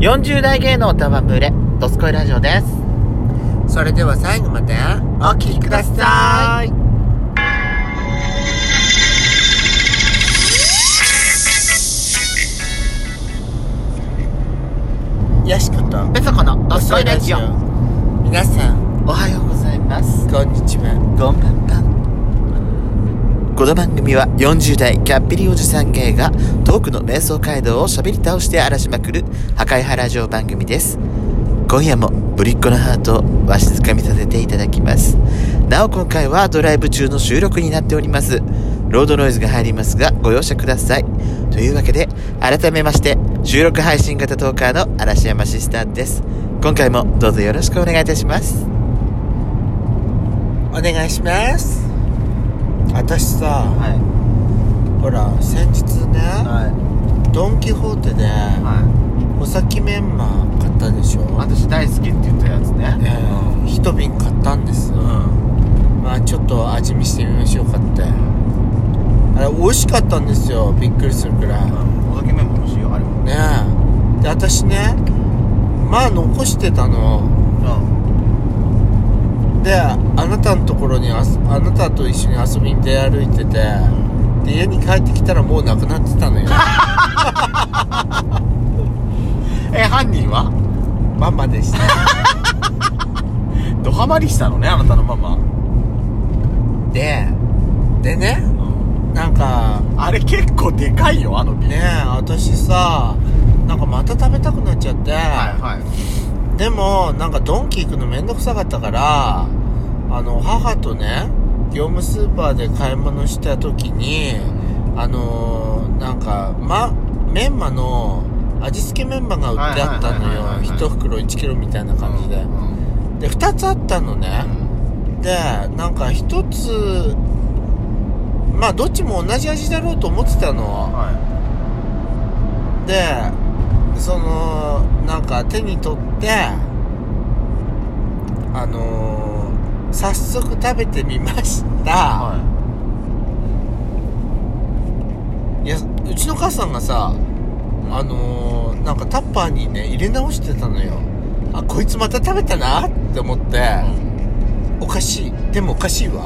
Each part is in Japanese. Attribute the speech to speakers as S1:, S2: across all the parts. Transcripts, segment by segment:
S1: 40代芸能歌は群れ、ドスコイラジオです。
S2: それでは最後までお聞きくださいよしこと
S1: ペソコのドスコイラジオ。
S2: 皆さん
S1: おはようございます。
S2: こんにちは
S1: こんばんは。この番組は40代キャッピリおじさん芸がトークの瞑想街道を喋り倒して荒らしまくる破壊派ラジオ番組です。今夜もぶりっ子のハートをわしづかみさせていただきます。なお今回はドライブ中の収録になっております。ロードノイズが入りますがご容赦ください。というわけで改めまして収録配信型トーカーの嵐山シスターです。今回もどうぞよろしくお願いいたします。
S2: お願いします私さ
S1: は
S2: ほら先日ね
S1: い。は
S2: ドン・キホーテで
S1: い。
S2: お先メンマ買ったでしょ
S1: 私大好きって言ったやつね
S2: えー一瓶買ったんです
S1: うん
S2: まあちょっと味見してみましょうかってあれ美味しかったんですよびっくりするくらいね
S1: お酒メモ欲しいよあれも
S2: えで私ねまあ残してたの
S1: うん
S2: であなたのところにあすあなたと一緒に遊びに出歩いててで家に帰ってきたらもうなくなってたのよ
S1: え犯人は
S2: ママでした
S1: ドハマりしたのねあなたのママ、
S2: ででね
S1: うん、
S2: なんか
S1: あれ結構でかいよあの瓶
S2: ねえ私さなんかまた食べたくなっちゃって、
S1: はいはい
S2: でもなんかドンキ行くのめんどくさかったからあの母とね業務スーパーで買い物した時にあのー、なんか、ま、メンマの味付けメンマが売ってあった
S1: はいはいはいはい
S2: のよ
S1: はい
S2: 一袋1キロみたいな感じで、
S1: うん
S2: で2つあったのね、でなんか1つまあどっちも同じ味だろうと思ってたの
S1: は
S2: でそのなんか手に取ってあのー、早速食べてみまし
S1: い
S2: た、、
S1: はい
S2: やうちの母さんがさあのー、なんかタッパーにね入れ直してたのよあこいつまた食べたなって思って、おかしいでもおかしいわ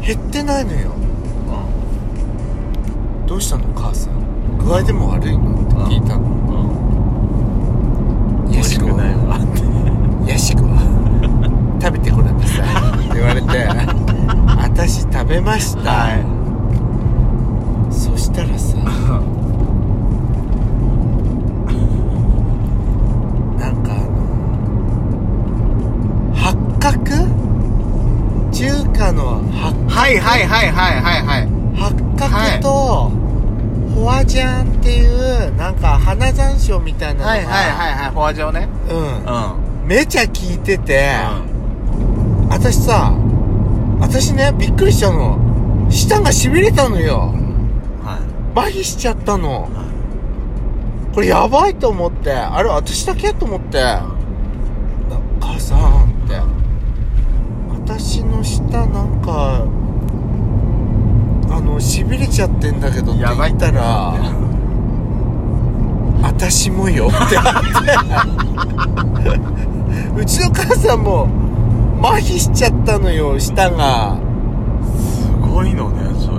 S2: 減ってないのよどうしたの母さん具合でも悪いのって聞いたの
S1: いうん
S2: いやしくない
S1: わ
S2: ヤシコは食べてごらんなさいって言われて私食べました、
S1: は
S2: そしたらさなんかあの八角中華の八
S1: はいはいはいはいはいはい
S2: 八角と、ホワジャンっていうなんか花山椒みたいなのが、
S1: はいはいはいはいフォアジャオね
S2: う
S1: うん
S2: ん、めちゃ効いてて、
S1: うん
S2: 私さ私ねびっくりしたの舌がしびれたのよ
S1: は
S2: 麻痺しちゃったの
S1: い
S2: これやばいと思ってあれ私だけと思って「母さん」って「私の舌なんかあのしびれちゃってんだけど」って
S1: やばい
S2: 言ったら「私もよ」って言ってうちの母さんも麻痺しちゃったのよ舌が
S1: すごいのねそれ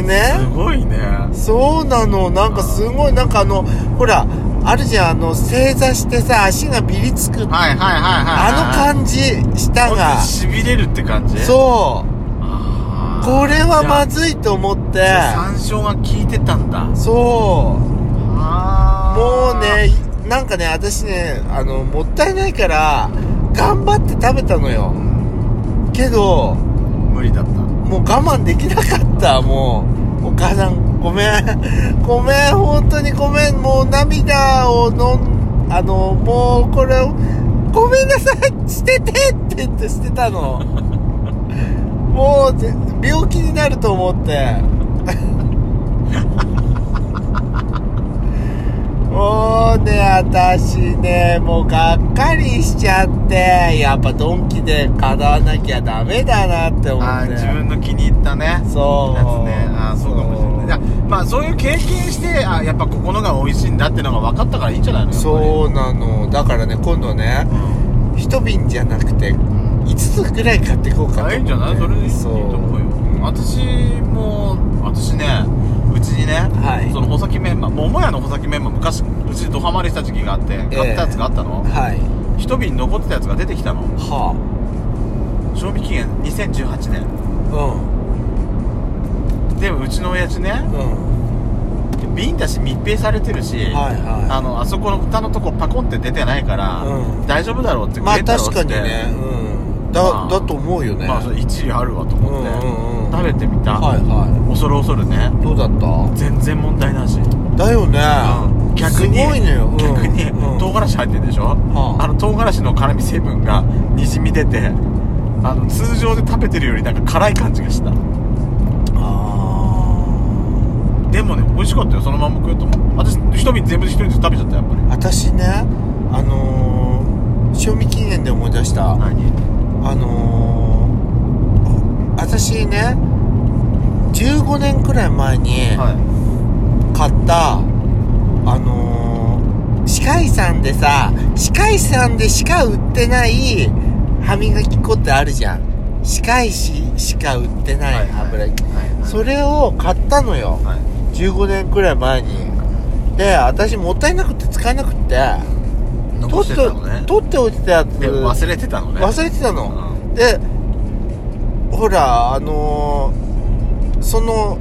S2: でね
S1: すごいね
S2: そうなのなんかすごいなんかあのほらあるじゃんあの正座してさ足がビリつく
S1: はいはいはいはい
S2: あの感じ舌が
S1: しびれるって感じう
S2: そうこれはま
S1: ず
S2: ずいと思って
S1: 山椒が効いてたんだ
S2: そう
S1: あ
S2: もうねなんかね私ねあのもったいないから頑張って食べたのよけど
S1: 無理だった
S2: もう我慢できなかったもうお母さんごめん ごめん本当にごめんもう涙をのんあのもうこれをごめんなさい捨ててって言って捨てたの もうぜ病気になると思って もうね私ねもうがっかりしちゃってやっぱドンキで買わなきゃダメだなって思
S1: あー
S2: って
S1: 自分の気に入ったねや
S2: そう
S1: つねあーそうかもしれないいや
S3: まあそういう経験してあやっぱここのが美味しいんだってのが分かったからいいんじゃないの
S2: そうなのだからね今度ね
S3: う、うん
S2: 一瓶じゃなくて5つぐらい買っていこうかと思って
S3: いいんじゃないそれでいいと
S2: そう
S3: 思う
S2: うん
S3: よ私も私ねうちにね、
S2: はい
S3: その穂先メンマ桃屋の穂先メンマ昔うちドハマりした時期があって買ったやつがあったの、
S2: はい
S3: 一瓶残ってたやつが出てきたの
S2: は
S3: 賞味期限2018年
S2: あ
S3: でうちの親父ね
S2: うんうん
S3: 瓶だし密閉されてるし、
S2: はいはい
S3: あのあそこの蓋のとこパコンって出てないから、
S2: うん
S3: 大丈夫だろうって
S2: まあ
S3: 食えたろう
S2: 確
S3: っ
S2: か
S3: て
S2: にね、うん、だ,、
S3: まあ
S2: だと思うよね、
S3: まあそれ一理あるわと
S2: うん
S3: 思
S2: う
S3: って、
S2: んうん
S3: 食べてみた、
S2: はいは
S3: 恐る恐るね
S2: いどうだっ
S3: 全然問題なし、
S2: ただよね、
S3: 逆に
S2: すごいのよ、うん
S3: 逆に
S2: うん
S3: 唐辛子入ってるでしょ、
S2: はあ
S3: あの唐辛子の辛み成分がにじみ出てあの通常で食べてるよりなんか辛い感じがした
S2: あ
S3: でもね美味しかったよそのまんま食えたもん私一瓶全部一人ずつ食べちゃったやっぱり
S2: ー私ねあのー、賞味期限で思い出した、
S3: 何
S2: あのー、あ私ね15年くらい前に
S3: は
S2: 買った、あのー、歯科医さんでさ歯科医さんでしか売ってない歯磨き粉ってあるじゃん歯科医師しか売って
S3: い
S2: ない歯ブラシ
S3: はいはい
S2: それを買ったのよ
S3: はい
S2: 15年くらい前にで私もったいなくて使えなくて
S3: 残
S2: 取
S3: して
S2: ったて
S3: のね
S2: 取っておいてたやつ
S3: で忘れてたのね
S2: 忘れてたの、
S3: う
S2: でほらあのーその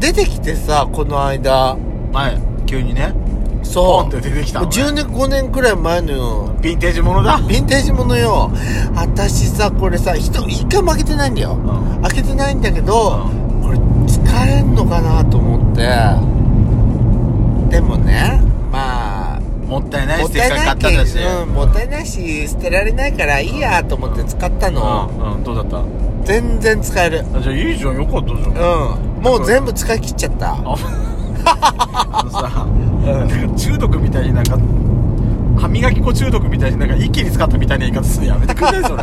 S2: 出てきてさこの間
S3: ん前急にね
S2: そう
S3: ポンって出てきたの、
S2: もう
S3: ね、
S2: 10年5年くらい前のよ
S3: ヴィンテージものだ
S2: ヴィンテージものよ私さこれさ人一回も開けてないんだよ
S3: うん
S2: 開けてないんだけどこれ使えんのかなと思ってでもねまあ
S3: もったいない
S2: も
S3: し
S2: った
S3: せっ
S2: い
S3: かく買
S2: な
S3: っ
S2: い
S3: たんだし
S2: けうんもったいないし捨てられないからいいやと思って使ったの
S3: うん、うん、どうだった
S2: 全然使える
S3: あじゃあいいじゃんよかったじゃん
S2: うんもう全部使い切っちゃった
S3: ああのさ、なんか中毒みたいになんか歯磨き粉中毒みたいになんか一気に使ったみたいな言い方するのやめてくれないそ れ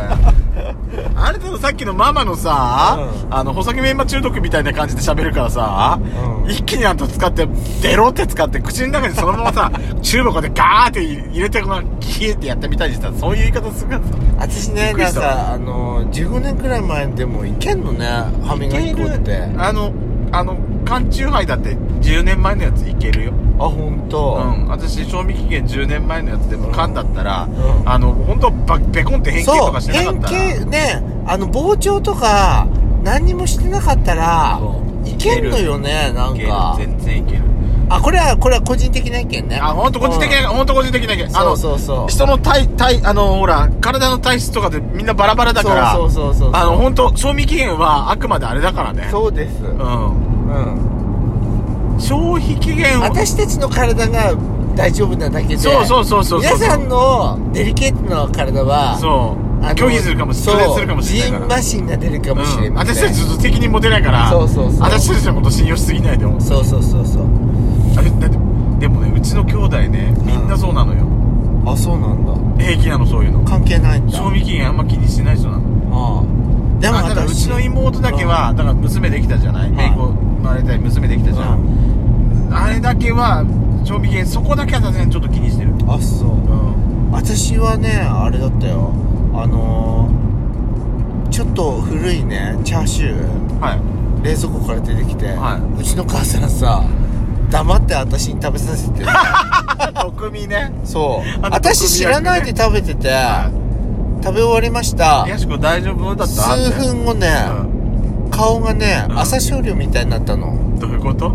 S3: ある程度さっきのママのさ、
S2: う
S3: あの細木メンマ中毒みたいな感じで喋るからさ、
S2: うん
S3: 一気にあんた使ってデロって使って口の中にそのままさチューブこうやってガーって入れてまあキーってやってみたりしたらそういう言い方するからさ
S2: 私
S3: び
S2: ね
S3: っくり
S2: な
S3: し
S2: ん
S3: た
S2: かあの15年くらい前でもいけんのね歯磨き粉ってあ
S3: あのあの缶チューハイだって10年前のやついけるよ
S2: 本当。
S3: うん、私賞味期限10年前のやつでも缶だったら、
S2: うん
S3: あの本当ばペコンって変形と
S2: そう
S3: かしてなかっ
S2: 変
S3: たら
S2: 形ねあの膨張とか何にもしてなかったら
S3: そう
S2: いけんのよねなん
S3: いける
S2: か
S3: 全然いける
S2: あこれはこれは個人的な意見ね
S3: あ本当個人的
S2: うん
S3: な本当個人的な意見あ
S2: そ
S3: の
S2: うそうそう
S3: 人の体体あのほら体の体質とかでみんなバラバラだから
S2: そうそうそうそう
S3: あの本当賞味期限はあくまであれだからね
S2: そうですう
S3: うん
S2: ん
S3: 消費期限を
S2: 私たちの体が大丈夫なだけで
S3: そうそうそうそうそう
S2: 皆さんのデリケートな体は
S3: そう
S2: あの
S3: 拒否するかもしれない拒絶するかもしれない
S2: そうジン
S3: から
S2: マシンが出るかもしれ
S3: うん
S2: ません
S3: 私たちずっと責任持てないから
S2: そうそうそう
S3: 私たちのこと信用しすぎないでも
S2: そうそうそうそう
S3: あれだってでもねうちの兄弟ねみんなそうなのよ、
S2: あそうなんだ
S3: 平気なのそういうの
S2: 関係ないんだ
S3: 賞味期限あんま気にしない人な
S2: あ
S3: の
S2: あでも
S3: あだからう
S2: 私
S3: ちの妹だけは、だから娘できたじゃない
S2: はい
S3: 姪っ子生まれたり娘できたじゃん、あれだけは賞味期限そこだけはさすがにちょっと気にしてる
S2: あそう私はねあれだったよあのー、ちょっと古いねチャーシュー
S3: はい
S2: 冷蔵庫から出てきて、
S3: はいう
S2: ちの母さんさ黙って私に食べさ せて
S3: 特味ね
S2: そう
S3: あの
S2: 私知らないで食べてて、食べ終わりました
S3: やしこ大丈夫だった
S2: 数分後ね、顔がね、
S3: うん
S2: 朝青龍みたいになったの
S3: うんどういうこと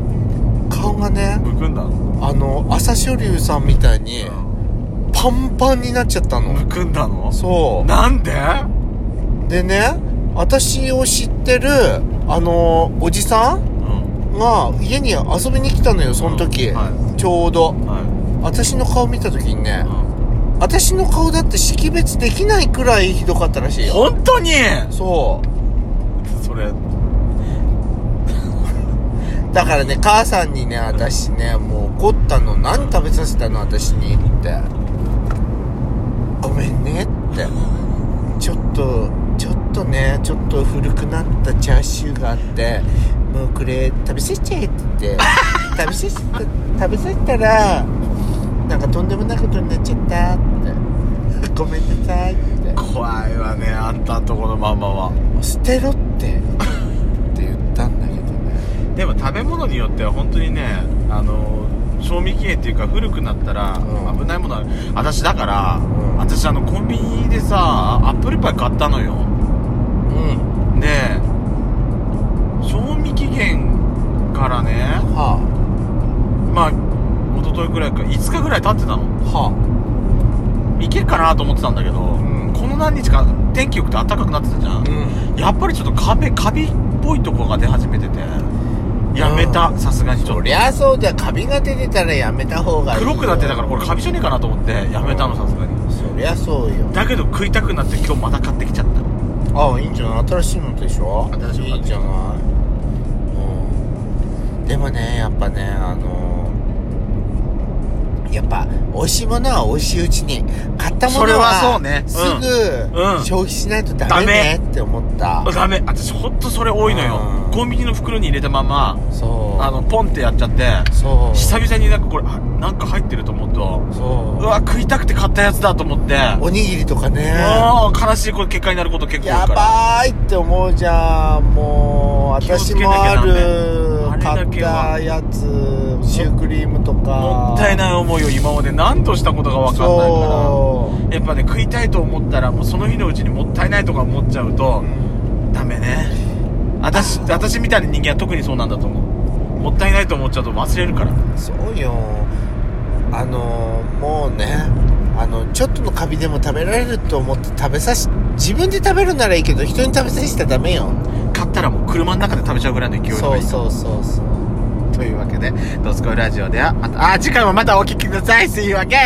S2: 顔がね
S3: むくんだの
S2: あの朝青龍さんみたいにパンパンになっちゃった の、
S3: むくんだの
S2: そう
S3: なんで
S2: でね私を知ってるあのおじさん
S3: うん
S2: が家に遊びに来たのよその時、
S3: うんは
S2: ちょうど
S3: は
S2: 私の顔見た時に
S3: い、
S2: ね
S3: う
S2: 私の顔だって識別できないくらいひどかったらしい
S3: ん、
S2: よ
S3: 本当に
S2: そ
S3: それ
S2: うだからね母さんにね私ねもう怒ったの何食べさせたの私にってごめんねってちょっとちょっとねちょっと古くなったチャーシューがあってもうこれ食べさせちゃえって言って食べさせた食べさせたらなんかとんでもないことになっちゃったってごめんなさいって
S3: 怖いわねあんたんとこのママは
S2: 捨てろってって言ったんだけどね
S3: でも食べ物によっては本当にねあの賞味期限っていうか古くなったら
S2: うん
S3: 危ないものある、私だから、
S2: うん
S3: 私あのコンビニでさアップルパイ買ったのよ
S2: うん
S3: で賞味期限からね
S2: は
S3: まあ一昨日ぐらいか5日ぐらい経ってたの
S2: あはい
S3: けっかなと思ってたんだけど、
S2: ん
S3: この何日か天気良くて暖かくなってたじゃん
S2: あ、うん
S3: やっぱりちょっとカビカビっぽいとこが出始めててやめ
S2: う
S3: た
S2: ん
S3: さすがにちょ
S2: そ
S3: っと
S2: りゃそうだよカビが出てたらやめた方がいいよ
S3: 黒くなってたからこれカビじゃねえかなと思ってやめたのさすがに
S2: そりゃそうよ
S3: だけど食いたくなって今日また買ってきちゃった
S2: ああいいんじゃない新しいのでしょ
S3: 新しいの
S2: いいんじゃないうんでもねやっぱねあのやっぱ美味しいものは美味しいうちに買ったものは
S3: それは
S2: す
S3: そうねうん
S2: ぐ
S3: うん
S2: 消費しないとダメねって思った、
S3: ダメ私ほんとそれ多いの
S2: う
S3: よ
S2: ん
S3: コンビニの袋に入れたまま
S2: そう
S3: あのポンってやっちゃって
S2: そう
S3: 久々になんかこれあなんか入ってると思うと
S2: そう
S3: うわ食いたくて買ったやつだと思って
S2: おにぎりとかね
S3: もう悲しいこれ結果になること結構多
S2: や
S3: いから
S2: ばいって思うじゃんもう
S3: 気を
S2: 私
S3: つけな
S2: も
S3: きゃ
S2: あ
S3: なん
S2: る
S3: だあれだ
S2: 買っ
S3: けは
S2: たやつシュークリームとか
S3: もったいない思いを今まで何としたことが分かんないか
S2: そ
S3: らやっぱね食いたいと思ったらもうその日のうちにもったいないとか思っちゃう
S2: う
S3: と
S2: うん
S3: ダメね私私みたいな人間は特にそうなんだと思うもったいないと思っちゃうと忘れるから
S2: そうよあのもうねあのちょっとのカビでも食べられると思って食べさし自分で食べるならいいけど人に食べさせちゃダメよ
S3: 買ったらもう車の中で食べちゃうぐらいの勢いの
S2: そ
S3: がいうい
S2: そうそうそう
S3: というわけで「ドスコイラジオ」ではまたあ次回もまたお聞きください See you again!